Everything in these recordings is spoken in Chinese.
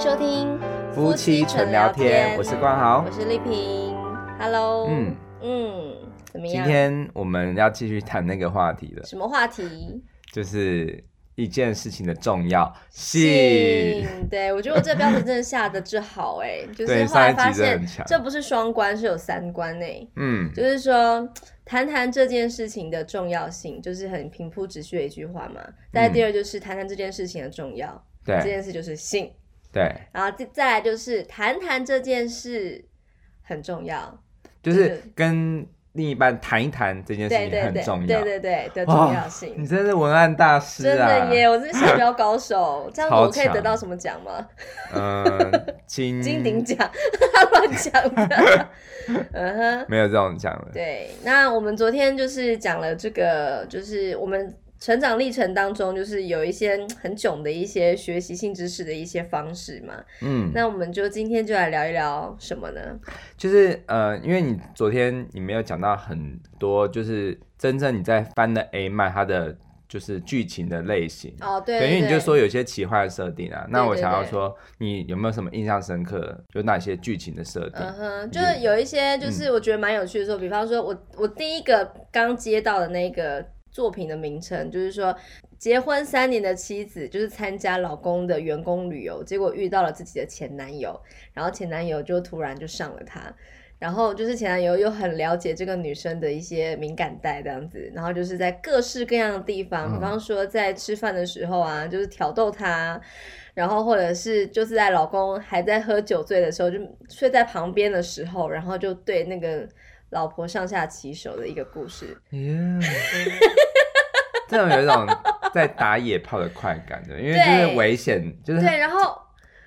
收听夫妻纯聊天，我是冠豪我。是丽萍，Hello，嗯嗯，怎么今样？天我们要继续谈那个话题了，什么话题？就是一件事情的重要性。性，对我觉得我这标题真的下的之好哎、 就是对后来上发一集真的现很强这不是双关，是有三关哎、嗯，就是说谈谈这件事情的重要性，就是很平铺直叙的一句话嘛。再来第二就是谈谈这件事情的重要，这对件事就是性，对，然后再再来就是谈谈这件事很重要，就是跟另一半谈一谈这件事对情对很对重要对。对对的重哇要性。你真是文案大师真啊！的耶，我真是下标高 手。这样子超我可以得强到什么奖吗？嗯，金金鼎奖， 乱讲的。嗯哼，没有这种讲了。对。那我们昨天就是讲了这个，就是我们成长历程当中，就是有一些嗯很囧的一些学习性知识的一些方式嘛。嗯，那我们就今天就来聊一聊什么呢？就是呃，因为你昨天你没有讲到很多，就是真正你在翻的 A 漫它的就是剧情的类型。哦，对等对于对，你就说有些奇幻的设定啊，那对我对想要对说，你有没有什么印象深刻？有哪些剧情的设定？嗯哼，就是有一些，就是我觉得蛮有趣的说，比方说我我第一个刚接到的那个作品的名称，就是说结婚三年的妻子，就是参加老公的员工旅游，结果遇到了自己的前男友，然后前男友就突然就上了她。然后就是前男友又很了解这个女生的一些敏感带这样子，然后就是在各式各样的地方，嗯比方说在吃饭的时候啊，就是挑逗她，然后或者是就是在老公还在喝酒醉的时候，就睡在旁边的时候，然后就对那个老婆上下其手的一个故事。耶嗯 这种有一种在打野炮的快感的，因为就是对危险，就是对，然后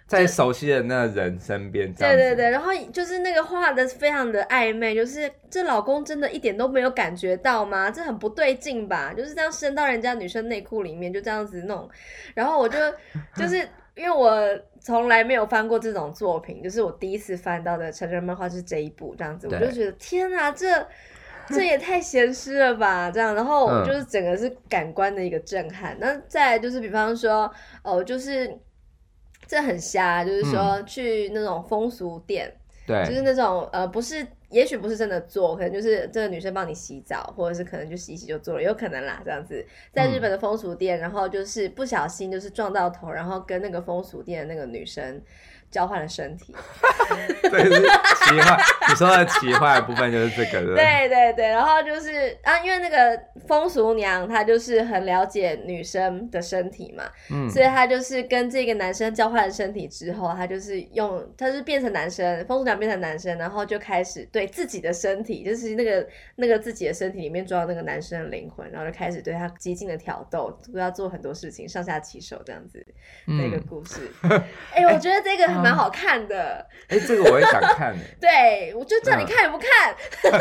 在熟悉的那个人身边这样对对子。对，然后就是那个画的非常的暧昧，就是这老公真的一点都没有感觉到吗？这很不对劲吧？就是这样伸到人家女生内裤里面，就这样子弄，然后我就 就是。因为我从来没有翻过这种作品，就是我第一次翻到的成人漫画是这一部，这样子我对就觉得天啊，这 这也太咸湿了吧！这样，然后我嗯就是整个是感官的一个震撼。那再来就是，比方说，哦，就是这很瞎，就是说去那种风俗店，对就是那种呃，不是，也许不是真的做，可能就是这个女生帮你洗澡，或者是可能就洗一洗就做了，有可能啦，这样子。在日本的风俗店，然后就是不小心就是撞到头，然后跟那个风俗店的那个女生交换了身体。对是奇幻。你说的奇幻的部分就是这个，不， 对对对，然后就是啊，因为那个风俗娘她就是很了解女生的身体嘛，嗯，所以她就是跟这个男生交换了身体之后，她就是用，她是变成男生，风俗娘变成男生，然后就开始对自己的身体，就是那个那个自己的身体里面装那个男生的灵魂，然后就开始对他极尽的挑逗，对他做很多事情，上下其手这样子的一个嗯，故事。 哎、我觉得这个还蛮好看的，哎，这个我也想 看诶，对我就叫你嗯看也不看。而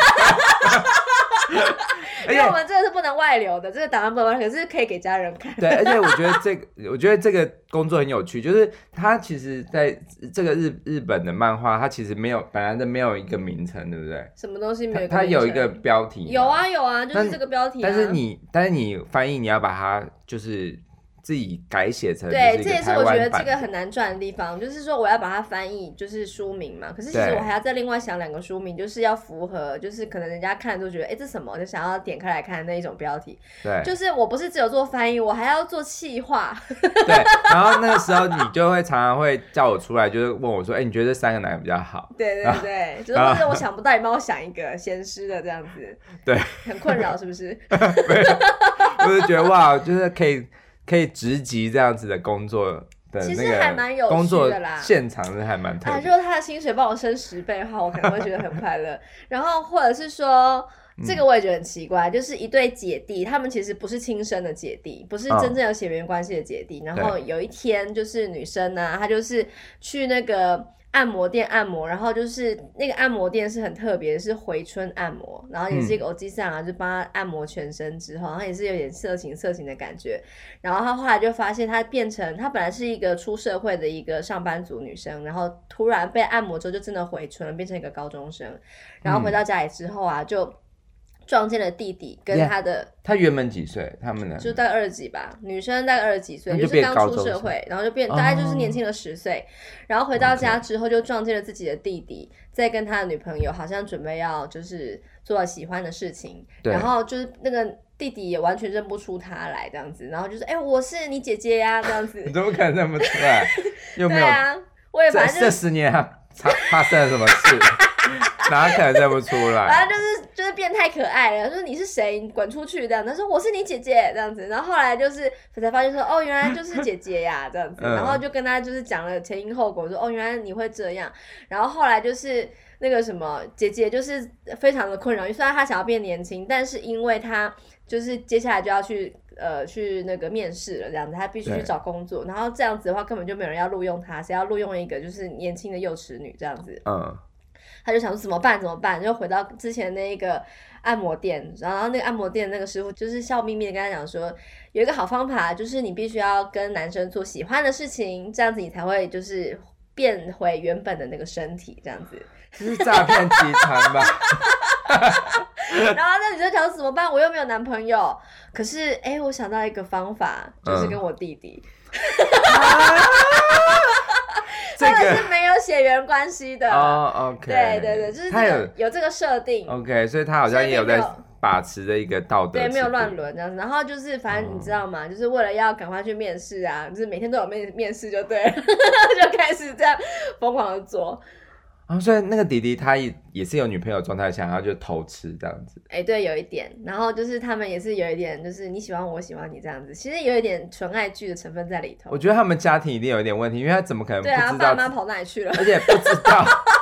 因为我且们这个是不能外流的，这个档案不能外流，可是可以给家人 看。对，而且我觉得这个，我觉得这个工作很有趣，就是它其实在这个日日本的漫画，它其实没有本来的没有一个名称，对不对？什么东西没有？它它有一个，标题，有，啊有啊，就但是这个标题、啊。但是你但是你翻译你要把它就是自己改写成对，就这是一也个是台我觉得湾这版个很难赚的地方，就是说我要把它翻译，就是书名嘛。可是其实对我还要再另外想两个书名，就是要符合，就是可能人家看都觉得，哎，这什么，就想要点开来看的那一种标题。对就是我不是只有做翻译，我还要做企划。对，然后那个时候你就会常常会叫我出来，就是问我说，哎、你觉得这三个哪个比较好？对对对，就是啊或者我想不到，你帮我想一个闲诗的这样子。对，很困扰是不是？我就觉得哇，就是可以可以直击这样子的工作的其实那还蛮有个趣工作的啦现场是还蛮特啊，别如果的。他的薪水帮我升十倍的话，我可能会觉得很快乐。然后或者是说，这个我也觉得很奇怪，就是一对姐弟，他们其实不是亲生的姐弟，不是嗯真正有血缘关系的姐弟。然后有一天，就是女生呢、她就是去那个。按摩店按摩，然后就是那个按摩店是很特别，是回春按摩，然后也是一个欧吉桑啊，就帮他按摩全身之后，然后也是有点色情色情的感觉，然后她后来就发现，她变成她本来是一个出社会的一个上班族女生，然后突然被按摩之后，就真的回春了，变成一个高中生。然后回到家里之后啊，就撞见了弟弟跟 Yeah 他的他原本几岁？他们俩就大概二十几吧，女生大概二十几岁，那就就是变刚高出中社生哦会，然后就变大概就是年轻了十岁，然后回到家之后就撞见了自己的弟弟，在跟他的女朋友好像准备要就是做喜欢的事情，对然后就是那个弟弟也完全认不出他来这样子，然后就是哎、我是你姐姐呀、这样子你，怎么可能认不出 来？又没对有、啊，我也这反正就这是。十年他他发生了什 么事？哪可能认不出来？反正就是就是变太可爱了，就是你是谁，你滚出去这样。他说我是你姐姐这样子，然后后来就是才发现说哦，原来就是姐姐呀这样子，嗯然后就跟他就是讲了前因后果，说哦，原来你会这样。然后后来就是那个什么姐姐就是非常的困扰，虽然她想要变年轻，但是因为她就是接下来就要去。呃，去那个面试了，这样子，她必须去对找工作，然后这样子的话，根本就没有人要录用她，谁要录用一个就是年轻的幼稚女这样子？嗯，他就想说怎么办怎么办，就回到之前那个按摩店，然后那个按摩店那个师傅就是笑眯眯的跟他讲说，有一个好方法，就是你必须要跟男生做喜欢的事情，这样子你才会就是变回原本的那个身体这样 子。这是诈骗集团 吧？然后那女生想说怎么办，我又没有男朋友，可是哎、诶我想到一个方法，嗯就是跟我弟弟，这他们个是没有血缘关系的。哦，OK，对对对，就是、这他个有、有这个设定。 OK，所以他好所像以也有并没在有把持着一个道德，对，没有乱。伦这样子。然后就是，反正你知哦道吗？就是为了要赶快去面试啊，就是每天都有面面试就对了， 就开始这样疯狂的做。然后、哦所以那个弟弟他也也是有女朋友的状态下，然后就偷吃这样子。哎、对，有一点。然后就是他们也是有一点，就是你喜欢我，我喜欢你这样子，其实有一点纯爱剧的成分在里头我。觉得他们家庭一定有一点问题，因为他怎么可能不对啊，知道？啊爸妈跑哪里去了？而且不知道，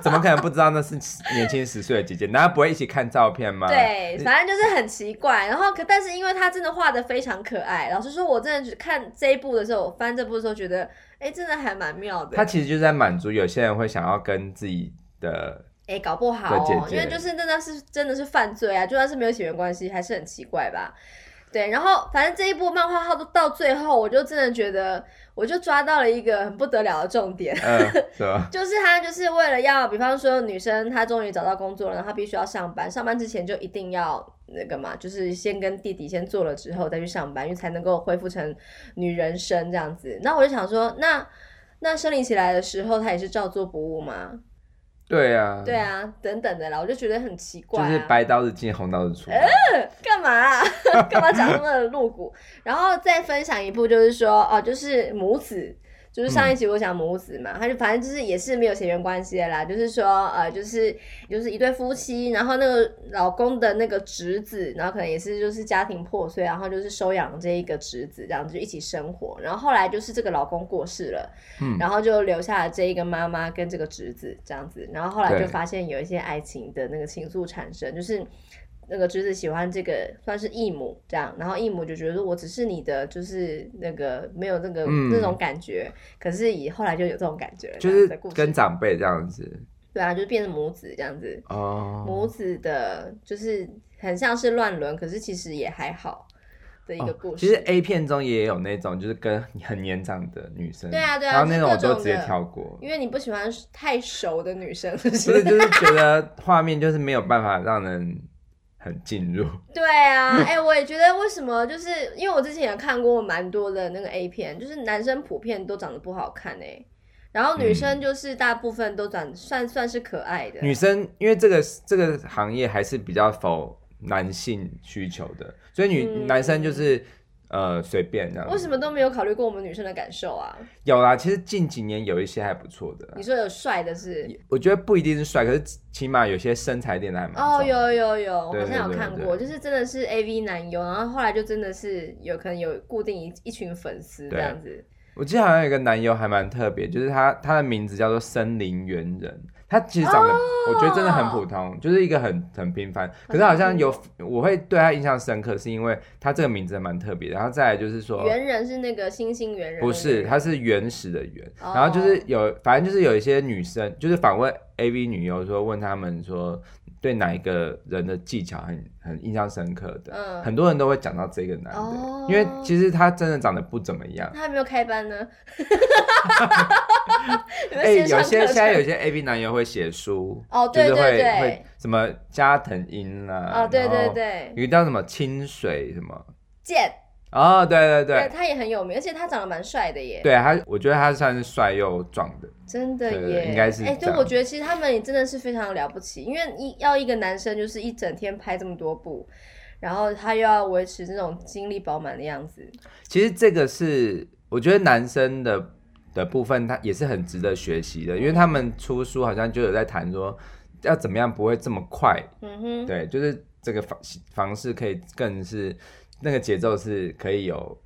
怎么可能不知道那是年轻十岁的姐姐？难道不会一起看照片吗？对，反正就是很奇怪。然后可，但是因为他真的画的非常可爱，老实说，我真的只看这一部的时候，我翻这部的时候觉得，哎、真的还蛮妙的。他其实就是在满足有些人会想要跟自己的，哎、搞不好哦，对姐姐因为就是真的是真的是犯罪啊，就算是没有血缘关系，还是很奇怪吧？对，然后反正这一部漫画号都到最后，我就真的觉得，我就抓到了一个很不得了的重点， 呃，什么？就是他就是为了要，比方说女生她终于找到工作了，然后她必须要上班，上班之前就一定要那个嘛，就是先跟弟弟先做了之后再去上班，因为才能够恢复成女人身这样子。那我就想说，那那生理起来的时候，她也是照做不误吗？对啊，对，啊，等等的啦，我就觉得很奇怪、就啊，呃是白刀子进红刀子出。干嘛、啊？ 干嘛讲那么露骨？ 然后再分享一部，就是说哦，就是母子，就是上嗯一集我讲母子嘛，他、就反正就是也是没有血缘关系的啦，就是说呃，就是就是一对夫妻，然后那个老公的那个侄子，然后可能也是就是家庭破碎，然后就是收养这一个侄子，这样就一起生活。然后后来就是这个老公过世了，嗯然后就留下了这一个妈妈跟这个侄子这样子，然后后来就对发现有一些爱情的那个情愫产生，就是那个侄子喜欢这个算是义母这样，然后义母就觉得说我只是你的就是那个没有那个、嗯那种感觉，可是以后来就有这种感觉了，这就样是子的故事跟长辈这样子对啊，就变成母子这样子，母哦，子的就是很像是乱伦，可是其实也还好的一个故事。哦其实 A 片中也有那种就是跟很年长的女生，对啊对啊然后那种我就是各都种直接的跳过，因为你不喜欢太熟的女生，是不不是是就是觉得画面就是没有办法让人很进入， 对啊， 哎、我也觉得为什么，就是因为我之前也看过蛮多的那个 A 片，就是男生普遍都长得不好看哎、然后女生就是大部分都长算算是可爱的，嗯女生因为这个这个行业还是比较否男性需求的，所以女、嗯男生就是呃随便这样。为什么都没有考虑过我们女生的感受啊？有啦？其实近几年有一些还不错的啦你，说有帅的是也我觉得不一定是帅，可是起码有些身材练的还蛮哦，重的有有有，我好对像有对对看对过，就是真的是 A V 男优，然后后来就真的是有可能有固定一一群粉丝这对样子，我记得好像有一个男优还蛮特别，就是他他的名字叫做森林猿人。他其实哦长得我觉得真的很普通，就是一个很很平凡。可是好像有我会对他印象深刻，是因为他这个名字还蛮特别的。然后再来就是说，猿人是那个星星猿人的那个，不是，它是原始的原，哦然后就是有，反正就是有一些女生，就是访问 AV 女优说，问他们说对哪一个人的技巧很很印象深刻的，嗯很多人都会讲到这个男的，哦因为其实他真的长得不怎么样。他还没有开班 呢。有没哎、线上有些课现在程有些 A B 男优会写书，哦对就是对对会会什么加藤鹰啦，哦，对对然后对，有一个叫什么清水什么，剑，哦，对对对，他也很有名，而且他长得蛮帅的耶。对他，我觉得他算是帅又壮的，真的对对耶，应该是哎、这对，样我觉得其实他们也真的是非常了不起，因为一要一个男生就是一整天拍这么多部，然后他又要维持这种精力饱满的样子，其实这个是我觉得男生的的部分，他也是很值得学习的，因为他们出书好像就有在谈说，要怎么样不会这么快，嗯哼，对，就是这个方方式可以更是那个节奏是可以有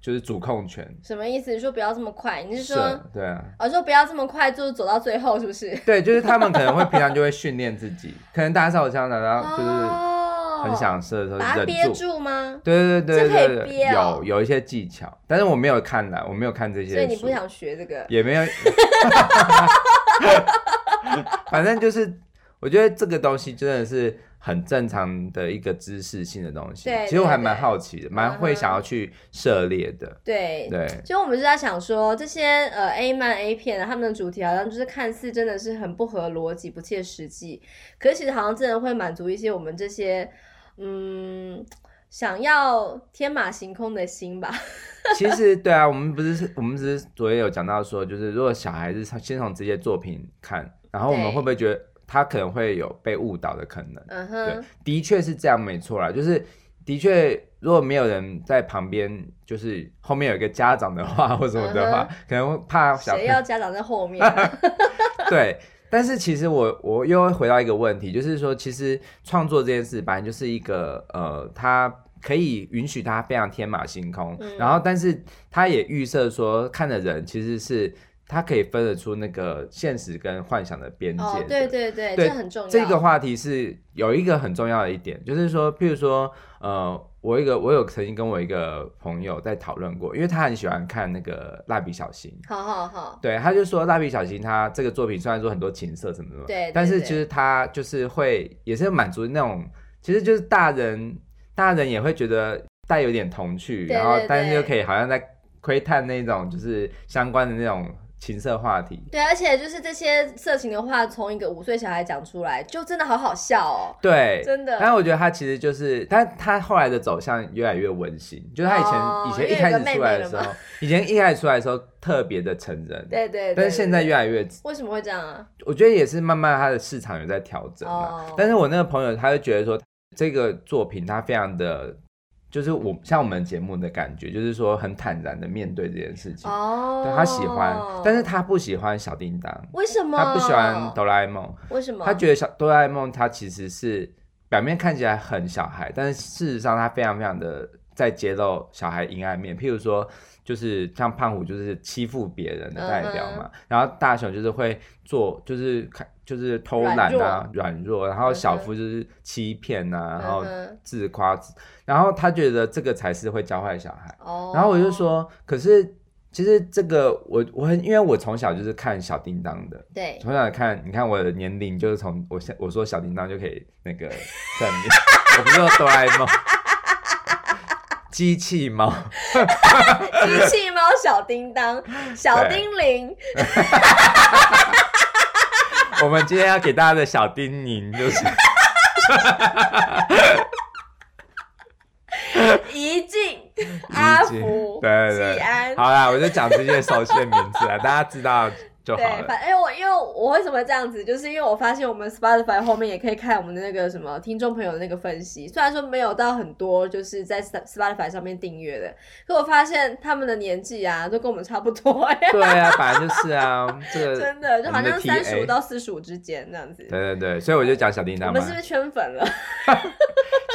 就是主控权，什么意思？你说不要这么快，你是说，是对啊。哦，说不要这么快，就是走到最后，是不是？对， 就是他们可能会平常就会训练自己，可能打扫枪，然后就是哦，很想射的时候把它忍憋住吗？对对这对可以对对对，憋哦有有一些技巧，但是我没有看啦，我没有看这些书，所以你不想学这个？也没有， 反正就是我觉得这个东西真的是很正常的一个知识性的东西。对其实我还对蛮对嗯好奇的，蛮会想要去涉猎的。对，对，就我们是在想说，这些呃 A 漫 A 片啊，他们的主题好像就是看似真的是很不合逻辑、不切实际，可是其实好像真的会满足一些我们这些嗯想要天马行空的心吧。 其实对啊，我们不是我们只是昨天有讲到说，就是如果小孩子先从这些作品看，然后我们对会不会觉得他可能会有被误导的可能？嗯对哼，，的确是这样，没错啦。就是的确，如果没有人在旁边，就是后面有一个家长的话 或什么的话，嗯可能会怕小朋谁友要家长在后面？啊 对。但是其实我我又会回到一个问题，就是说，其实创作这件事本来就是一个呃，他可以允许他非常天马行空，嗯然后但是他也预设说看的人其实是他可以分得出那个现实跟幻想的边界的。哦，对对对，对这很重要。这个话题是有一个很重要的一点，就是说，譬如说，呃，我有一个我有曾经跟我一个朋友在讨论过，因为他很喜欢看那个蜡笔小新，好好好，对，他就说蜡笔小新他这个作品虽然说很多情色什么什么，对对但是对其实他就是会也是满足那种，其实就是大人大人也会觉得带有点童趣，对然后对但是对又可以好像在窥探那种就是相关的那种情色话题，对，而且就是这些色情的话，从一个五岁小孩讲出来，就真的好好笑哦。对，真的但我觉得他其实就是，但他后来的走向越来越温馨。就是他以前、哦以前一开始出来的因为有个时妹妹了候，以前一开始出来的时候特别的成人，对对对但是现在对越来越，为什么会这样啊？我觉得也是慢慢他的市场有在调整啊。哦但是我那个朋友他就觉得说，这个作品他非常的，就是我像我们节目的感觉，就是说很坦然的面对这件事情。哦，对他喜欢，但是他不喜欢小叮当，为什么？他不喜欢哆啦 A 梦。为什么？他觉得小哆啦 A 梦它其实是表面看起来很小孩，但是事实上它非常非常的在揭露小孩阴暗嗯面，譬如说。就是像胖虎就是欺负别人的代表嘛然后大雄就是会做就是看就是偷懒啊软弱，然后小夫就是欺骗啊嗯哼然后自夸，然后他觉得这个才是会教坏小孩。哦，然后我就，说，可是其实这个我我很因为我从小就是看小叮当的， 对，从小看，你看我的年龄就是从我现我说小叮当就可以那个证明， 我不是说哆啦 A 梦， 机器猫， 机器猫小叮当、小叮 铃，我们今天要给大家的小叮咛就是，怡静、 阿福、对对季对，安，好啦，我就讲这些熟悉的名字啊，大家知道就好对，了。反正我因为我为什么会这样子，就是因为我发现我们 Spotify 后面也可以看我们的那个什么听众朋友的那个分析，虽然说没有到很多就是在 Sp- Spotify 上面订阅的，可我发现他们的年纪啊都跟我们差不多 哎、对啊，本来就是啊，这 个真的就好我们像的三十 TA 五到四十五之间这样子。对对对，所以我就讲小叮我当嘛们。是不是圈粉了？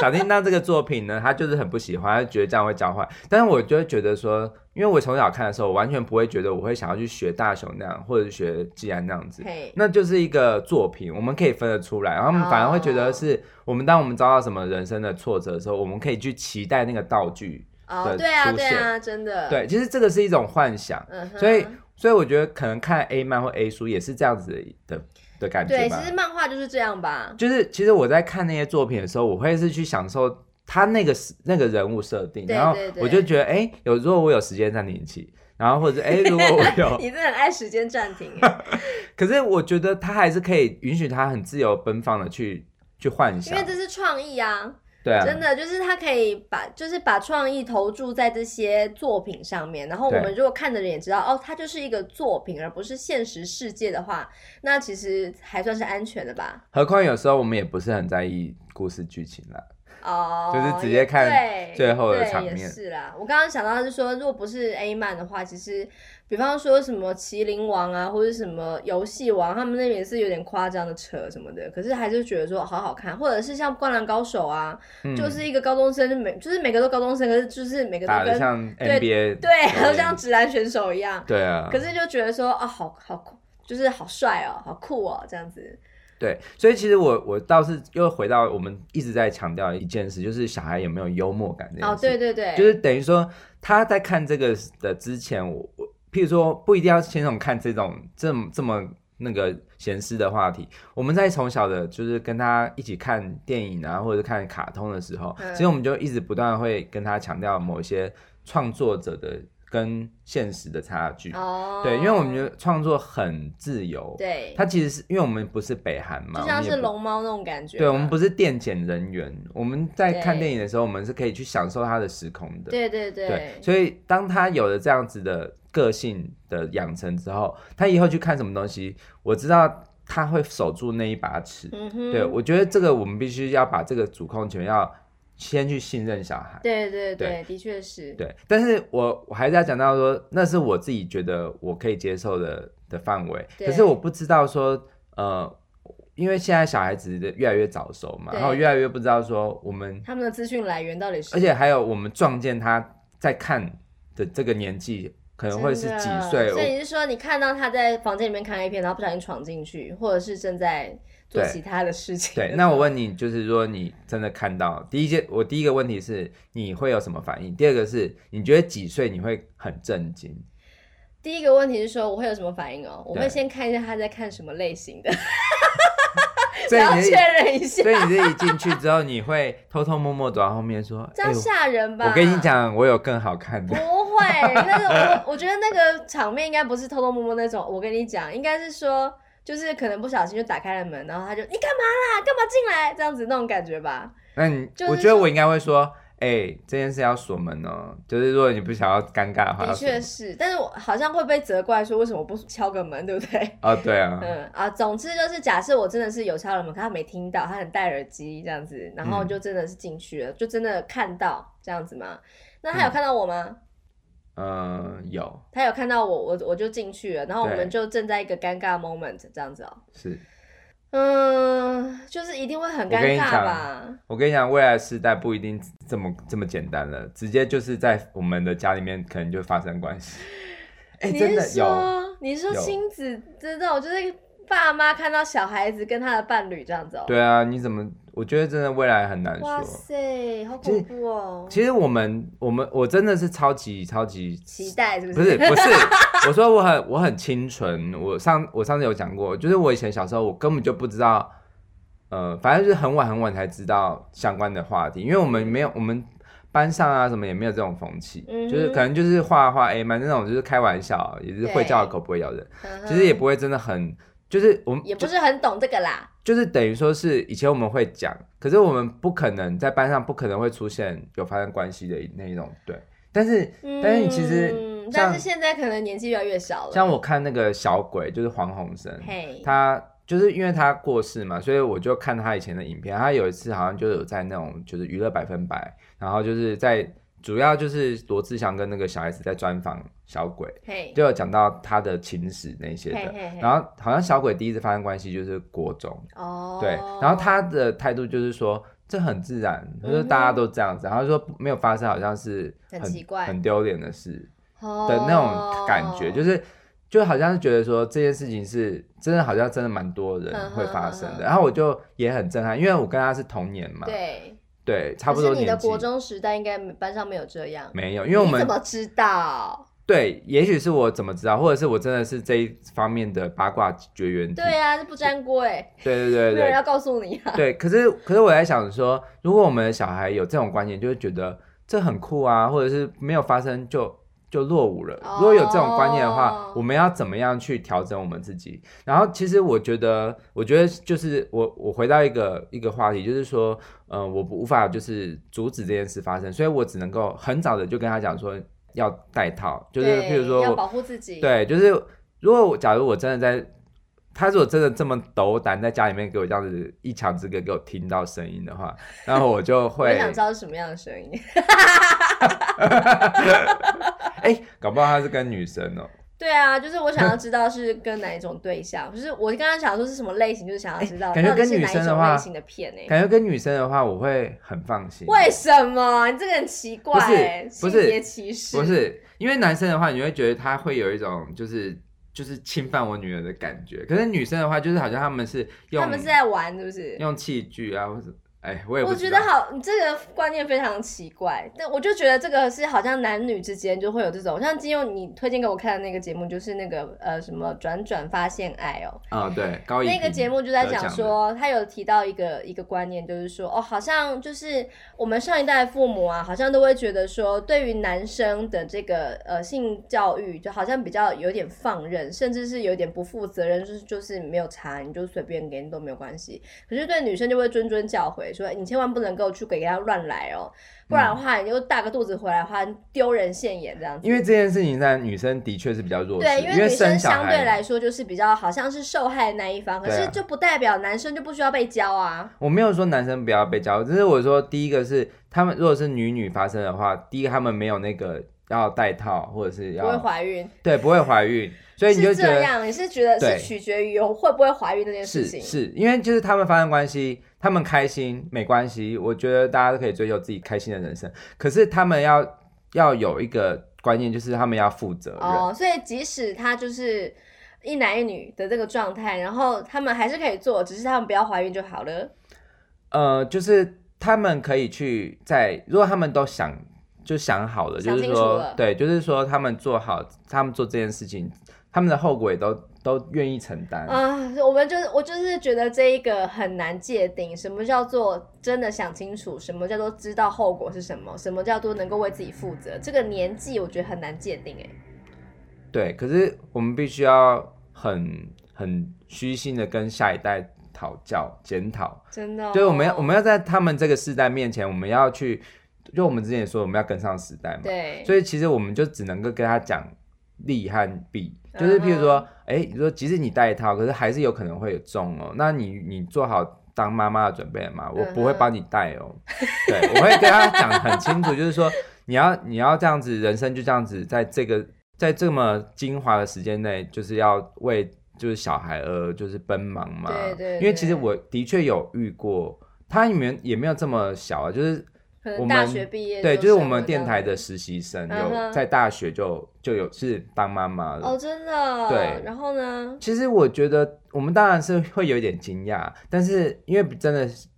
小叮当这个作品呢，他就是很不喜欢，他觉得这样会教坏。但是我就会觉得说，因为我从小看的时候，我完全不会觉得我会想要去学大雄那样，或者学季安那样子。嘿，那就是一个作品，我们可以分得出来，然后我们反而会觉哦得是我们当我们遭到什么人生的挫折的时候，我们可以去期待那个道具。哦，的对啊，出对现啊，真的，，对，其实这个是一种幻想，嗯哼，所以所以我觉得可能看 A 漫或 A 书也是这样子的的感觉对，吧其。实漫画就是这样吧。就是其实我在看那些作品的时候，我会是去享受他那个时那个人物设定，对然后对对我就觉得，哎、有如果我有时间暂停器，然后或者哎、如果我 有，你真的很爱时间暂停 耶，可是我觉得他还是可以允许他很自由奔放的去去幻因想为，这是创意啊，对啊，真的就是他可以把就是把创意投注在这些作品上面，然后我对们如果看的人也知道，哦，它就是一个作品，而不是现实世界的话，那其实还算是安全的吧。何况有时候我们也不是很在意故事剧情啦，哦，就是直接看对最后的对场也面是啦，我刚刚想到是说，如果不是 A 漫的话，其实比方说什么《麒麟王》啊，或者什么游戏王，他们那边也是有点夸张的扯什么的，可是还是觉得说好好看，或者是像《灌篮高手》啊，嗯，就是一个高中生，就每就是每个都高中生，可是就是每个打都的跟像对 NBA，对，球好员像直男选手一样，对啊，可是就觉得说啊，好好酷，就是好帅哦，好酷哦，这样子。对，所以其实我我倒是又回到我们一直在强调的一件事，就是小孩有没有幽默感这件事。哦，对对对，就是等于说他在看这个的之前，我我譬如说不一定要先从看这种这么这么那个闲适的话题，我们在从小的就是跟他一起看电影啊，或者是看卡通的时候，嗯其实我们就一直不断会跟他强调某一些创作者的跟现实的差距。哦，对，因为我们觉得创作很自由，对，他其实是因为我们不是北韩就嘛，我像们也是不龙猫那种感觉吧。对，我们不是电检人员，我们在看对电影的时候，我们是可以去享受它的时空的。对对对对，所以当他有了这样子的个性的养成之后，他以后去看什么东西，我知道他会守住那一把尺。嗯哼，对，我觉得这个我们必须要把这个主控权要先去信任小孩。对对对，的确是。对，但是我我还是要讲到说，那是我自己觉得我可以接受的的范围，对可是我不知道说，呃，因为现在小孩子的越来越早熟嘛，对然后越来越不知道说我们他们的资讯来源到底是？而且还有我们撞见他在看的这个年纪，可能会是几真的岁？所以我你是说，你看到他在房间里面看 A 片，然后不小心闯进去，或者是正在做对其他的事情？对，那我问你，就是说你真的看到第一件，我第一个问题是你会有什么反应？第二个是你觉得几岁你会很震惊？第一个问题是说，我会有什么反应哦？我会对先看一下他在看什么类型的，所以然后你是确认一下所，以你是一进去之后，你会偷偷摸摸走到后面说：“这哎样呦吓人吧？我跟你。讲，我有更好看不的。会，那个我我觉得那个场面应该不是偷偷摸摸那种。我跟你讲，应该是说，就是可能不小心就打开了门，然后他就你干嘛啦？干嘛进来？这样子那种感觉吧。”那你就，是我觉得说我应该会说：“哎、这件事要锁门哦。”就是如果你不想要尴尬的话，的要锁门确是，但是我好像会被责怪说为什么不敲个门，对不对？哦，对啊，嗯啊，总之就是假设我真的是有敲了门，可他没听到，他很戴耳机这样子，然后嗯就真的是进去了，就真的看到这样子吗？那他有嗯看到我吗？嗯、有他有看到我，我我就进去了，然后我对们就正在一个尴尬 moment 这样子哦、是。嗯，就是一定会很我跟尴你尬讲吧？我跟你讲，未来的世代不一定这么这么简单了，直接就是在我们的家里面可能就发生关系。哎、你真是的有，说你是说有亲子这种，就是爸妈看到小孩子跟他的伴侣这样子哦、对啊，你怎么？我觉得真的未来很难哇说。塞，好就是恐怖哦、其实我们我们我真的是超级超级期待是不是？嗯不是不是，我说我很我很清纯，我上我上次有讲过，就是我以前小时候我根本就不知道，呃，反正就是很晚很晚才知道相关的话题，因为我们没有我们班上啊什么也没有这种风气，嗯哼就是可能就是画画 A 嘛那种就是开玩笑，也是会叫的狗不会咬人，嗯哼其实也不会真的很。就是我们也不是很懂这个啦。就是等于说是以前我们会讲，可是我们不可能在班上不可能会出现有发生关系的那一种对，但是但是其实嗯像但是现在可能年纪越来越小了。像我看那个小鬼，就是黄鸿升，嘿，他就是因为他过世嘛，所以我就看他以前的影片。他有一次好像就有在那种就是娱乐百分百，然后就是在主要就是罗志祥跟那个小 S 在专访小鬼，嘿，就有讲到他的情史那些嘿的。嘿嘿然后好像小鬼第一次发生关系就是国中，哦，对，然后他的态度就是说。这很自然，他说嗯哼大家都这样子，然后说没有发生，好像是很奇怪很丢脸的事。的的那种感觉，哦就是就好像是觉得说这件事情是真的，好像真的蛮多人会发生嗯哼嗯哼的。然后我就也很震撼，因为我跟他是同年嘛，对，对，差不多可是你年的纪国中时代应该班上没有这样，没有，因为我你们怎么知道？对，也许是我怎么知道，或者是我真的是这一方面的八卦绝缘体。对啊，这不粘锅哎，对 对对没有人对要告诉你啊。对。可是可是我在想说，如果我们的小孩有这种观念，就会觉得这很酷啊，或者是没有发生就就落伍了。如果有这种观念的哦话，我们要怎么样去调整我们自己？然后其实我觉得，我觉得就是我我回到一个一个话题，就是说，呃，我不无法就是阻止这件事发生，所以我只能够很早的就跟他讲说。要戴套， 就是对譬如说，要保护自己。对，就是如果我假如我真的在，他如果真的这么斗胆，在家里面给我这样子一墙之隔给我听到声音 的话，然后我就我会也想知道是什么样的声音。 哎、搞不好他是跟女生哦、对啊，就是我想要知道是跟哪一种对象， 就是我刚刚想说是什么类型，就是想要知道哎感觉到底是跟女哪一生的种话类型的片哎。感觉跟女生的话，我会很放心。哦为什么？你这个很奇怪、不是欸，不性是别歧视，不是因为男生的话，你会觉得他会有一种就是就是侵犯我女儿的感觉，可是女生的话，就是好像他们是用他们是在玩，是不是？用器具啊，或者哎、我也不我知觉道得好，你这个观念非常奇怪，但我就觉得这个是好像男女之间就会有这种，像今天你推荐给我看的那个节目，就是那个呃什么转转发现爱哦，啊、对，高一那个节目就在讲得奖的，说，他有提到一个一个观念，就是说，哦，好像就是我们上一代父母啊，好像都会觉得说，对于男生的这个呃性教育，就好像比较有点放任，甚至是有点不负责任，就是就是没有查，你就随便给你都没有关系。可是对女生就会谆谆教诲，说你千万不能够去给他乱来哦，不然的话你就大个肚子回来的话，丢人现眼这样子。嗯因为这件事情上，女生的确是比较弱势，对，因为女生生小相孩对来说就是比较好像是受害的那一方，可对啊是就不代表男生就不需要被教啊。我没有说男生不要被教，只是我说第一个是他们如果是女女发生的话，第一个他们没有那个要戴套或者是不会要怀孕对不会怀孕，所以你就是觉这得样，你是觉得是对取决于有会不会怀孕这件事是情。是因为就是他们发生关系，他们开心没关系，我觉得大家都可以追求自己开心的人生，可是他们要要有一个观念，就是他们要负责任。哦，所以即使他就是一男一女的这个状态，然后他们还是可以做，只是他们不要怀孕就好了。呃，就是他们可以去在，如果他们都想就想好了，想就是清楚说了，对，就是说他们做好，他们做这件事情，他们的后果也都都愿意承担。啊，我们就是我就是觉得这一个很难界定，什么叫做真的想清楚，什么叫做知道后果是什么，什么叫做能够为自己负责，这个年纪我觉得很难界定哎。对，可是我们必须要很很虚心的跟下一代讨教、检讨，真的、哦，就是我们要我们要在他们这个世代面前，我们要去，就我们之前也说我们要跟上时代嘛，对，所以其实我们就只能够跟他讲利和弊，嗯就是譬如说，哎、你说即使你戴套，可是还是有可能会有中哦。那你你做好当妈妈的准备了吗？我不会嗯哼帮你戴哦， 对，我会跟他讲很清楚，就是说 你要你要这样子，人生就这样子，在这个在这么精华的时间内，就是要为就是小孩而就是奔忙嘛。对对因为其实对我的确有遇过，他里面也没有这么小啊，就是可我能们大学毕业对，就就是我生了们电这样台子的实习生嗯哼有在大学就就有是当妈妈了。哦，真的对然后呢？其实我觉得我们当然是会有一点惊讶，但是因为真的是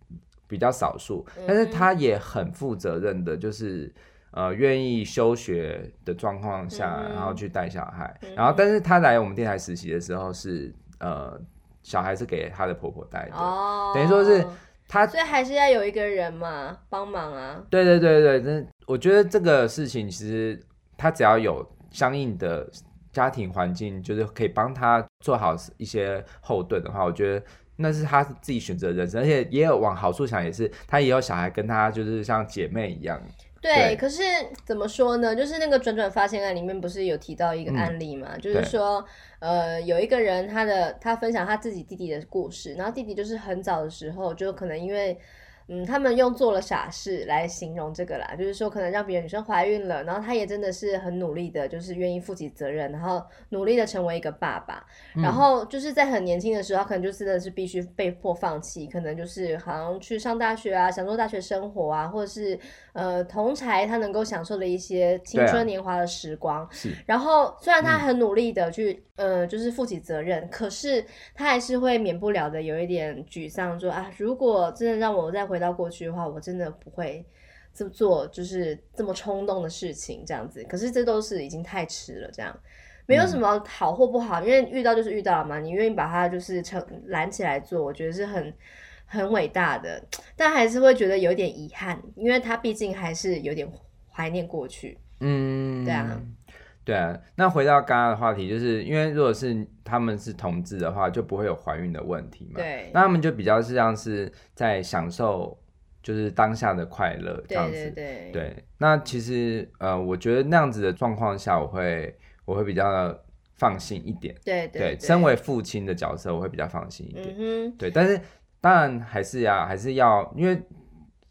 比较少数，嗯但是他也很负责任的，就是。呃，愿意休学的状况下，嗯哼然后去带小孩，嗯哼然后但是他来我们电台实习的时候是，呃，小孩是给她的婆婆带的，哦，等于说是她所以还是要有一个人嘛帮忙啊。对对对对，真的我觉得这个事情其实他只要有相应的家庭环境，就是可以帮他做好一些后盾的话，我觉得。那是他自己选择的人生，而且也有往好处想，也是他也有小孩跟他就是像姐妹一样，对，对可是怎么说呢？就是那个转转发现案里面不是有提到一个案例嘛？就是嗯对说，呃，有一个人他的他分享他自己弟弟的故事，然后弟弟就是很早的时候就可能因为。嗯，他们用做了傻事来形容这个啦，就是说可能让别的女生怀孕了，然后他也真的是很努力的，就是愿意负起责任，然后努力的成为一个爸爸，嗯然后就是在很年轻的时候，他可能就真的是必须被迫放弃，可能就是好像去上大学啊，享受大学生活啊，或者是呃同才他能够享受的一些青对啊春年华的时光。是然后虽然他很努力的去、呃就是负起责任，可是他还是会免不了的有一点沮丧说啊，如果真的让我再回到过去的话，我真的不会。这么做就是这么冲动的事情，这样子。可是这都是已经太迟了，这样没有什么好或不好，因为遇到就是遇到了嘛。你愿意把它就是成揽起来做，我觉得是很很伟大的，但还是会觉得有点遗憾，因为他毕竟还是有点怀念过去。嗯，对啊。对啊，那回到刚刚的话题，就是因为如果是他们是同志的话，就不会有怀孕的问题嘛。对那他们就比较是像是在享受就是当下的快乐这对样子。对对对那其实呃，我觉得那样子的状况下，我会我会比较放心一点。对身为父亲的角色，我会比较放心一点。嗯哼。对，但是当然还是呀，还是要，因为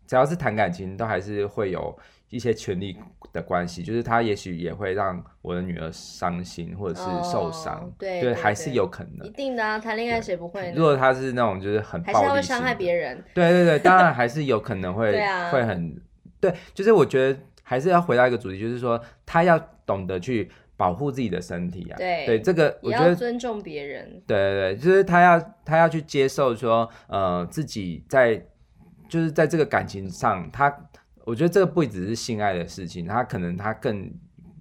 只要是谈感情，都还是会有一些权利的关系，就是他也许也会让我的女儿伤心或者是受伤，哦对对还是有可一能。定的啊，谈恋爱谁不会如呢？果他是那种就是很还是他暴会力性伤的，害别人，对对对，当然还是有可能会 对啊会很对，就是我觉得还是要回到一个主题，就是说他要懂得去保护自己的身体啊，对对，这个我也觉要得尊重别人。对对对，就是他要他要去接受说，呃，自己在就是在这个感情上，他我觉得这个不只是性爱的事情，他可能他更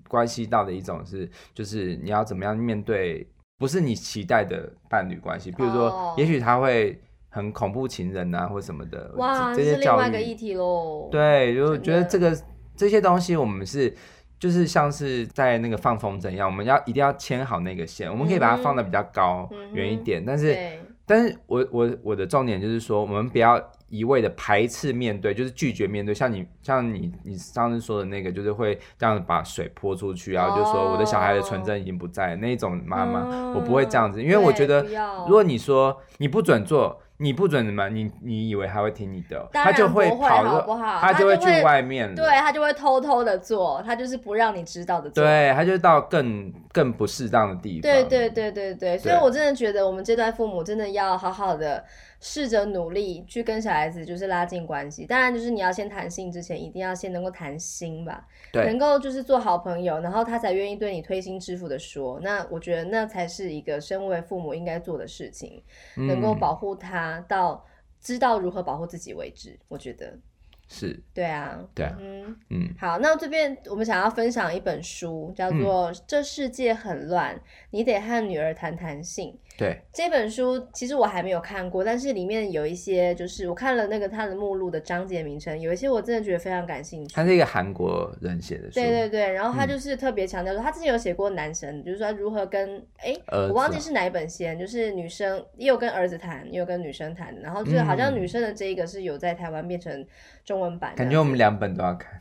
关系到的一种是，就是你要怎么样面对不是你期待的伴侣关系，比如哦说，也许他会很恐怖情人啊，或什么的，哇，这这这是些另教外一育个议题喽。对，啊就真的觉得这个这些东西，我们是就是像是在那个放风筝一样，我们要一定要牵好那个线，我们可以把它放的比较高、嗯哼远一点，但是对，但是我我我的重点就是说，我们不要一味的排斥面对，就是拒绝面对。像你像你你上次说的那个，就是会这样把水泼出去，然后就说我的小孩的纯真已经不在那一种妈妈，嗯我不会这样子，因为我觉得对不要如果你说你不准做，你不准什么，你你以为他会听你的，当然他就不会跑好到不好他他就会就去会外面了，对他就会偷偷的做，他就是不让你知道的做。对，他就到更更不适当的地方，对对对对对，所以我真的觉得我们这代父母真的要好好的试着努力去跟小孩子就是拉近关系。当然，就是你要先谈性之前，一定要先能够谈心吧，对能够就是做好朋友，然后他才愿意对你推心置腹的说。那我觉得那才是一个身为父母应该做的事情，嗯能够保护他到知道如何保护自己为止。我觉得，是，对啊，对啊嗯。嗯好，那这边我们想要分享一本书，叫做《这世界很乱，你得和女儿谈谈性》。对，这本书其实我还没有看过，但是里面有一些，就是我看了那个它的目录的章节名称，有一些我真的觉得非常感兴趣他。是一个韩国人写的书，对对对，然后嗯他就是特别强调说，他之前有写过男生，就是说如何跟哎，儿我忘子记啊是哪一本先，就是女生也有跟儿子谈，也有跟女生谈，然后就是好像嗯女生的这一个是有在台湾变成中文版这样子，感觉我们两本都要看，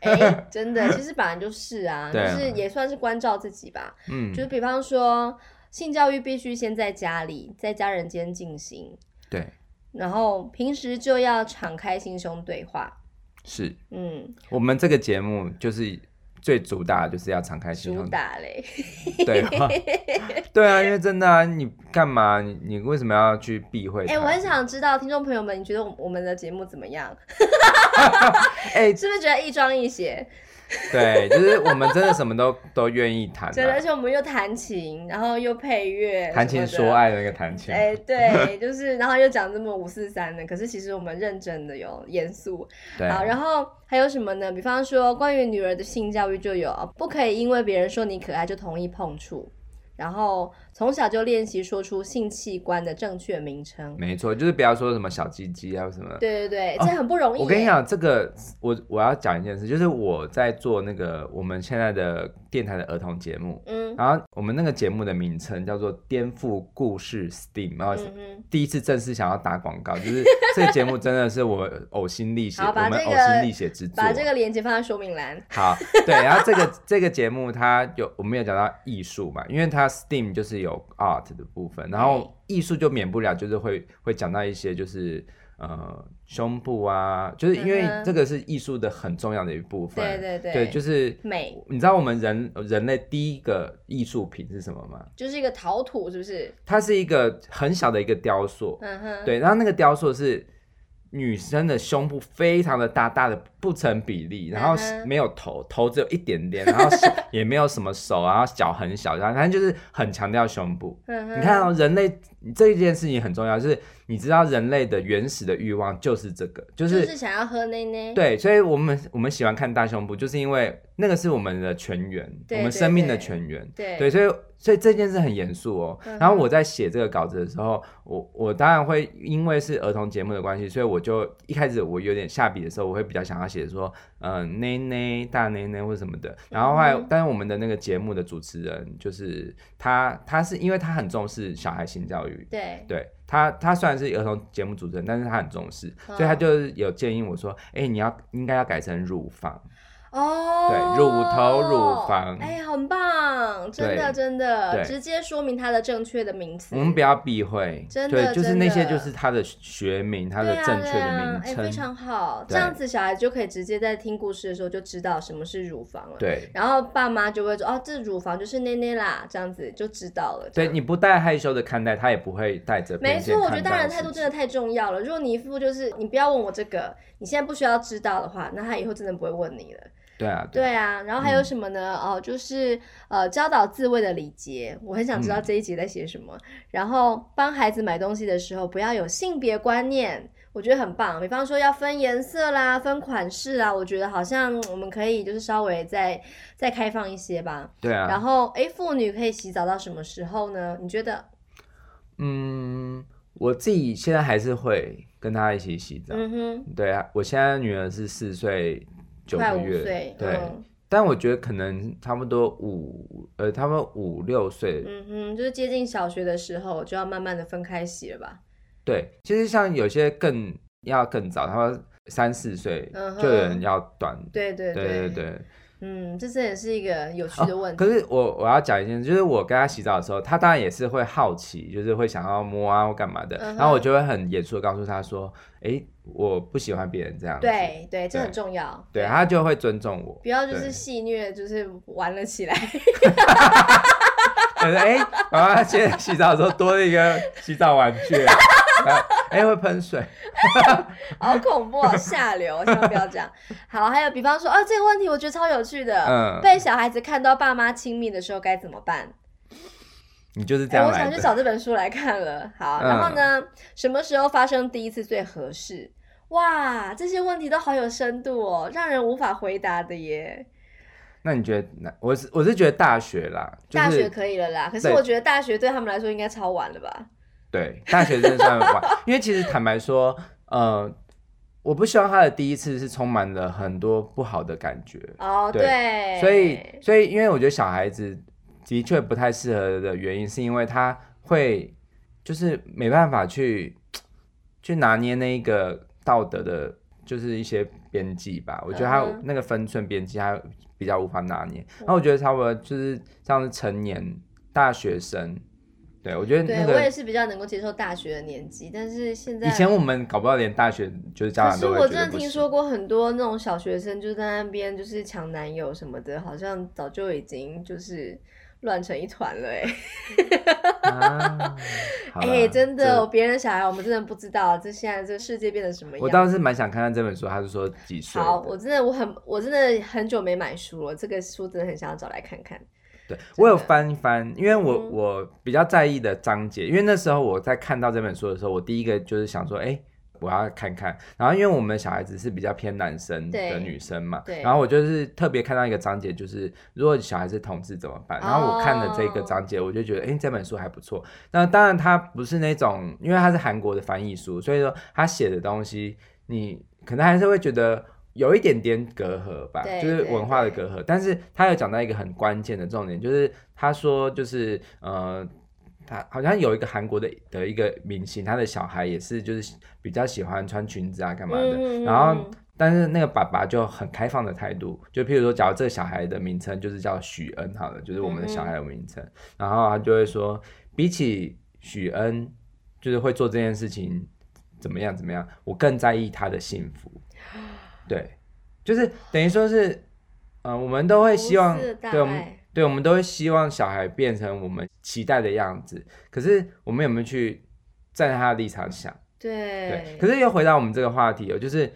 哎、 真的，其实本来就是啊，就对啊是也算是关照自己吧。嗯，就是比方说，性教育必须先在家里，在家人间进行，对，然后平时就要敞开心胸对话。是嗯，我们这个节目就是最主打的就是要敞开心主胸打嘞， 对话，对啊，因为真的啊，你干嘛？你你为什么要去避讳它？哎、我很想知道听众朋友们，你觉得我我们的节目怎么样？哎、是不是觉得一庄一谐？对，就是我们真的什么都都愿意谈、真的，而啊，且我们又弹琴，然后又配乐，谈情说。爱的那个谈情。哎、对，就是，然后又讲这么五四三的，可是其实我们认真的有严肃，对，啊好，然后还有什么呢？比方说，关于女儿的性教育就有，不可以因为别人说你可爱就同意碰触，然后从小就练习说出性器官的正确名称。没错，就是不要说什么小鸡鸡啊什么。对对对，哦这很不容易耶、我跟你讲，这个我我要讲一件事，就是我在做那个我们现在的电台的儿童节目，嗯，然后我们那个节目的名称叫做《颠覆故事 STEAM》，然后嗯嗯第一次正式想要打广告，就是这个节目真的是我呕心沥 血，好我把们这个呕心沥血之作。把这个链接放在说明栏。好，对，然后这个这个节目它有我们有讲到艺术嘛，因为它 STEAM 就是有 art 的部分，然后艺术就免不了就是会会讲到一些就是呃胸部啊，就是因为嗯哼这个是艺术的很重要的一部分，对对对，就是美你知道我们人人类第一个艺术品是什么吗？就是一个陶土，是不是？它是一个很小的一个雕塑，嗯哼，对，然后那个雕塑是女生的胸部非常的大，大的不成比例，然后嗯哼没有头，头只有一点点，然后 手也没有什么手，然后脚很小，然后反正就是很强调胸部。嗯哼，哦你看、哦，人类这一件事情很重要，就是你知道人类的原始的欲望就是这个，就就是是想要喝奶奶。对，所以我们我们喜欢看大胸部，就是因为那个是我们的泉源，对我们对生命的对泉源。对对，所以所以这件事很严肃哦。嗯哼然后我在写这个稿子的时候，我我当然会因为是儿童节目的关系，所以我就一开始我有点下笔的时候，我会比较想要写说，呃，内内大内内或什么的。然后后来，嗯哼但是我们的那个节目的主持人就是他，他是因为他很重视小孩性教育，对对他，他虽然是儿童节目主持人，但是他很重视，嗯所以他就是有建议我说，哎、你要应该要改成乳房，哦，对乳头乳房哎、很棒，真的对真的，对直接说明它的正确的名词。我们不要避讳，真的对，就是那些真的就是他的学名，他对的啊正确对的啊名哎、称，非常好，这对样子小孩就可以直接在听故事的时候就知道什么是乳房了。，对。然后爸妈就会说，哦，这乳房就是内内啦，这样子就知道了。这对，样你不带害羞的看待，他也不会带着没偏见错，我觉得大看待人事态度真情的太重要了。如果你一副就是你不要问我这个，你现在不需要知道的话，那他以后真的不会问你了。对啊，对啊对啊，然后还有什么呢？哦，就是呃，教导自卫的礼节，我很想知嗯道这一节在写什么。然后帮孩子买东西的时候，不要有性别观念，我觉得很棒。比方说要分颜色啦，分款式啦，我觉得好像我们可以就是稍微再再开放一些吧。对啊。然后，诶，妇女可以洗澡到什么时候呢？你觉得？嗯，我自己现在还是会跟他一起洗澡。嗯哼，对啊，我现在女儿是四岁九快个五月，岁，对，嗯但我觉得可能差不多五呃，他们五六岁，嗯哼，就是接近小学的时候就要慢慢的分开洗了吧？对，其实像有些更要更早，他们三四岁嗯哼就有人要短，对对对对对。嗯，这真的是一个有趣的哦问题。可是我我要讲一件事，就是我跟他洗澡的时候，他当然也是会好奇，就是会想要摸啊或干嘛的，嗯哼然后我就会很严肃的告诉他说，诶，我不喜欢别人这样子，对对，这对很重要。对，他就会尊重我不。要就是对戏虐，就是玩了起来。可是哎，妈妈现在洗澡的时候多了一个洗澡玩具，哎、会喷水，好恐怖、哦，下流，千万不要这样。好，还有比方说，哦，这个问题我觉得超有趣的，嗯被小孩子看到爸妈亲密的时候该怎么办？你就是这哎，样我来想的嗯去。找这本书来看了。好，然后呢，什么时候发生第一次最合适？哇，这些问题都好有深度哦，让人无法回答的耶。那你觉得哪？我是我是觉得大学啦，就是、大学可以了啦，可是对我觉得大学对他们来说应该超晚了吧？对大学真的算晚，因为其实坦白说，呃，我不希望他的第一次是充满了很多不好的感觉，哦，对对，所以所以因为我觉得小孩子的确不太适合的原因，是因为他会就是没办法去去拿捏那一个道德的，就是一些边际吧。我觉得他嗯哼嗯那个分寸边际，他比较无法拿捏。那我觉得差不多就是像是成年大学生，对我觉 得那对我也个是比较能够接受大学的年纪，但是现在以前我们搞不好连大学就是可家长是都会我觉真得的不听行说过很多那种小学生就在那边就是抢男友什么的，好像早就已经就是乱成一团了哎、啊，好 哎、啦真的，这哦别人小孩我们真的不知道，这现在这个世界变成什么样。我倒是蛮想看看这本书，他是说几岁的？好，我真的我很我真的很久没买书了，这个书真的很想要找来看看。对，我有的翻一翻，因为我、嗯我比较在意的章节，因为那时候我在看到这本书的时候，我第一个就是想说，哎、我要看看。然后因为我们小孩子是比较偏男生对的女生嘛，对然后我就是特别看到一个章节，就是如果小孩是同志怎么办？然后我看了这个哦章节，我就觉得，哎、这本书还不错。那当然它不是那种，因为它是韩国的翻译书，所以说他写的东西，你可能还是会觉得。有一点点隔阂吧，对就是对文化的对隔阂，但是他有讲到一个很关键的重点，就是他说就是呃，他好像有一个韩国的的一个明星，他的小孩也是就是比较喜欢穿裙子啊干嘛的，嗯嗯然后嗯但是那个爸爸就很开放的态度，就譬如说，假如这个小孩的名称就是叫许恩好了，就是我们的小孩的名嗯称，然后他就会说，比起许恩，就是会做这件事情怎么样怎么样，我更在意他的幸 福。对，就是等于说是，呃，我们都会希望无私的，大对我们爱，对我们都会希望小孩变成我们期待的样子，可是我们有没有去站在他的立场想？对对，，可是又回到我们这个话题哦，就是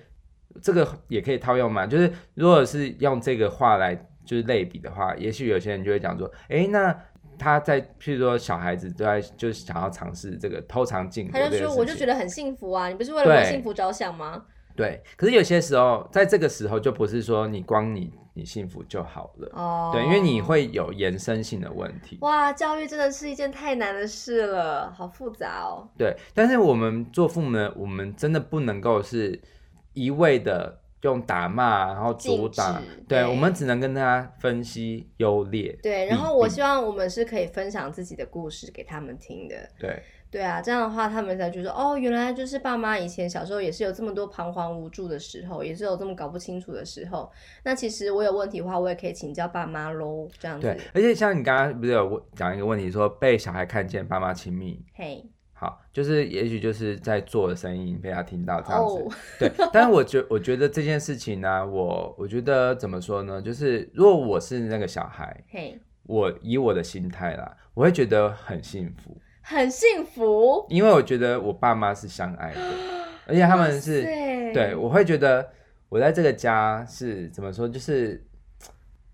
这个也可以套用嘛，就是如果是用这个话来就是类比的话，也许有些人就会讲说，诶，那他在譬如说小孩子都在就是想要尝试这个偷尝禁果他这就件事说情，我就觉得很幸福啊，你不是为了我的对幸福着想吗？对。可是有些时候，在这个时候就不是说你光你你幸福就好了，哦，对，因为你会有延伸性的问题。哇，教育真的是一件太难的事了，好复杂哦。对，但是我们做父母的，我们真的不能够是一味的用打骂，然后阻禁止挡。对对，我们只能跟他分析优劣。对，嗯然后我嗯希望我们是可以分享自己的故事给他们听的。对对啊，这样的话他们才觉得哦，原来就是爸妈以前小时候也是有这么多彷徨无助的时候，也是有这么搞不清楚的时候。那其实我有问题的话，我也可以请教爸妈喽，这样子对。，而且像你刚刚不是有问讲一个问题，说被小孩看见爸妈亲密，嘿，好，就是也许就是在做的声音被他听到这样子。哦，对，但是我觉我觉得这件事情呢、我我觉得怎么说呢？就是如果我是那个小孩，嘿，我以我的心态啦，我会觉得很幸福。很幸福。因为我觉得我爸妈是 相爱的，而且他们是对对，我会觉得我在这个家是怎么说，就是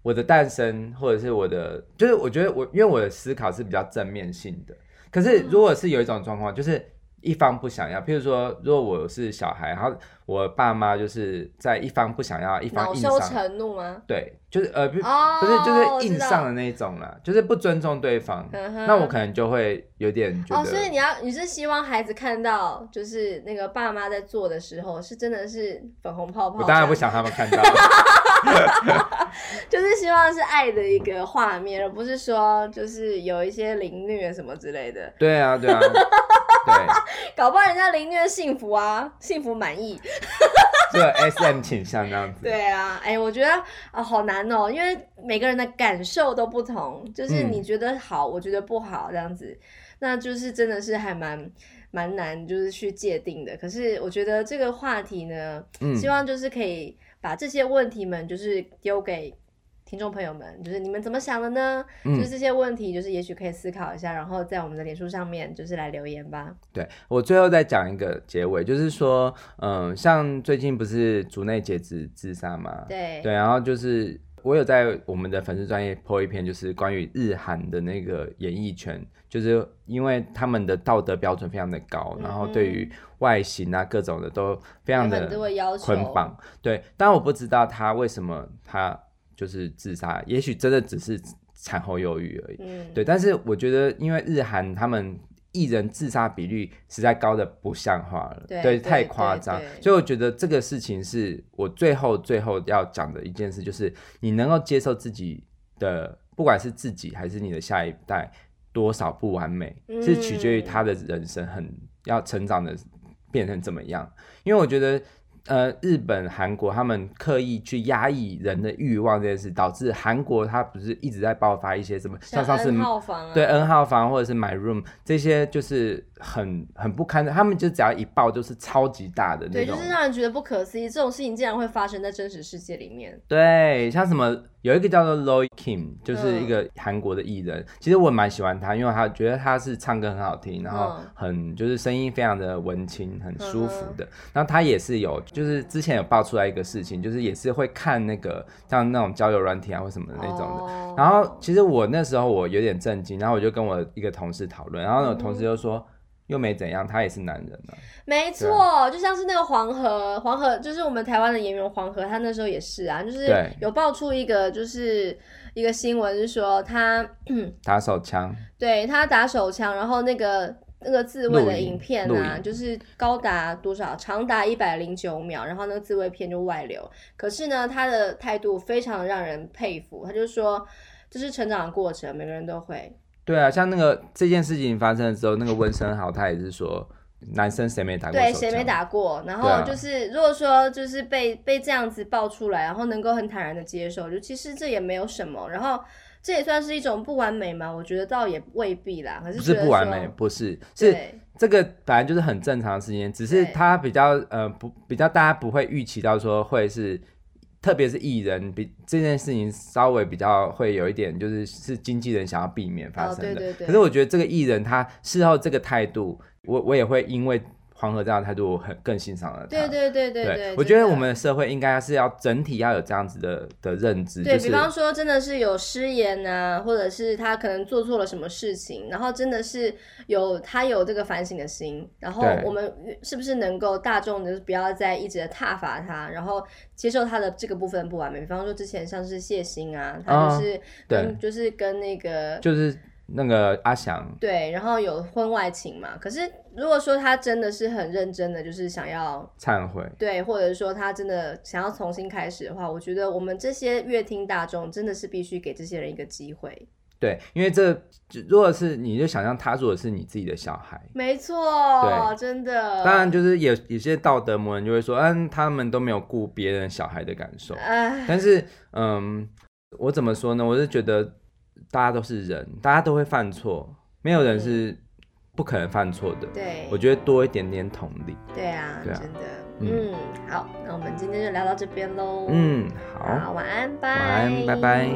我的诞生，或者是我的，就是我觉得我因为我的思考是比较正面性的。可是如果是有一种状况，就是一方不想要，譬如说，如果我是小孩，然后我爸妈就是在一方不想要，一方恼硬羞上，成怒吗？对，就是呃，不是哦，不是，就是我硬知道上的那一种啦，就是不尊重对方，嗯哼那我可能就会有点觉哦，得所以你要你是希望孩子看到，就是那个爸妈在做的时候，是真的是粉红泡泡，我当然不，想他们看 到，就是希望是爱的一个画面，而不是说就是有一些凌虐什么之类的，对啊，对啊，对，搞不好人家凌虐幸福啊，幸福满意，就 S M 倾向这样子。对啊，哎，我觉得啊、好难哦，因为每个人的感受都不同，就是嗯你觉得好，我觉得不好这样子，那就是真的是还蛮蛮难，就是去界定的。可是我觉得这个话题呢，嗯希望就是可以把这些问题们就是丢给。听众朋友们，就是你们怎么想的呢？嗯就是这些问题，就是也许可以思考一下，然后在我们的脸书上面就是来留言吧。对我最后再讲一个结尾，就是说，嗯，像最近不是竹内结子自杀嘛，对，然后就是我有在我们的粉丝专业 po 一篇，就是关于日韩的那个演艺圈，就是因为他们的道德标准非常的高，然后对于外形啊各种的都非有常很的嗯多的要求，捆绑。对，但我不知道他为什么他就是自杀，也许真的只是产后忧郁而已。嗯，对，但是我觉得因为日韩他们艺人自杀比率实在高的不像话了，对对太夸张对对，所以我觉得这个事情是我最后最后要讲的一件事，就是你能够接受自己的，不管是自己还是你的下一代多少不完美，是取决于嗯他的人生很要成长的变成怎么样，因为我觉得。呃，日本、韩国他们刻意去压抑人的欲望这件事，导致韩国它不是一直在爆发一些什么，像上次 N 号房啊，对 N 号房或者是 My Room 这些就是很很不堪的，他们就只要一爆就是超级大的那对，就种。是让人觉得不可思议，这种事情竟然会发生在真实世界里面。对像什么有一个叫做 Loy Kim，就是一嗯个韩国的艺人，其实我蛮喜欢他，因为他觉得他是唱歌很好听，然后嗯很就是声音非常的文青，很舒服嗯的。然后他也是有，就是之前有爆出来一个事情，就是也是会看那个像那种交友软体啊或什么的那种的，哦然后其实我那时候我有点震惊，然后我就跟我一个同事讨论，然后我同事就说、又没怎样，他也是男人啊。没错，就像是那个黄河，黄河就是我们台湾的演员黄河，他那时候也是啊，就是对有爆出一个就是一个新闻，是说他打手枪，对他打手枪，然后那个那个自卫录的影影片录啊，影就是高达多少，长达一百零九秒，然后那个自卫片就外流。可是呢，他的态度非常让人佩服，他就说这是成长的过程，每个人都会。对啊，像那个这件事情发生了之后，那个温生豪他也是说，男生谁没打过手对，枪？谁没？打过？然对后啊就是，如果说就是被被这样子爆出来，然后能够很坦然的接受，就其实这也没有什么，然后这也算是一种不完美嘛？我觉得倒也未必啦，可是不觉是得不完说美，不是是对这个本来就是很正常的事情，只是对他比较呃不比较大家不会预期到说会是，特别是艺人比这件事情稍微比较会有一点就是是经纪人想要避免发哦，生对的。对对，可是我觉得这个艺人他事后这个态度，我我也会因为黄河这样的态度，我很更欣赏了他。对对对对对，我觉真得的我们的社会应该是要整体要有这样子的的认知，对、就是比方说，真的是有失言啊，或者是他可能做错了什么事情，然后真的是有他有这个反省的心，然后对我们是不是能够大众就是不要再一直的挞伐他，然后接受他的这个部分不完美。比方说之前像是谢欣啊，他啊就是跟、就是跟那个就是那个阿翔，对，然后有婚外情嘛。可是如果说他真的是很认真的，就是想要忏悔，对，或者说他真的想要重新开始的话，我觉得我们这些乐听大众真的是必须给这些人一个机会。对，因为这就如果是你就想象他如果是你自己的小孩，没错，对真的。当然就是有有些道德魔人就会说，嗯，他们都没有顾别人小孩的感受，哎，但是嗯，我怎么说呢？我是觉得大家都是人，大家都会犯错，没有人是不可能犯错的。嗯对，嗯我觉得多一点点同理，对啊，对啊真的，嗯嗯好，那我们今天就聊到这边喽。，嗯，好，好，晚安，拜，晚安，拜拜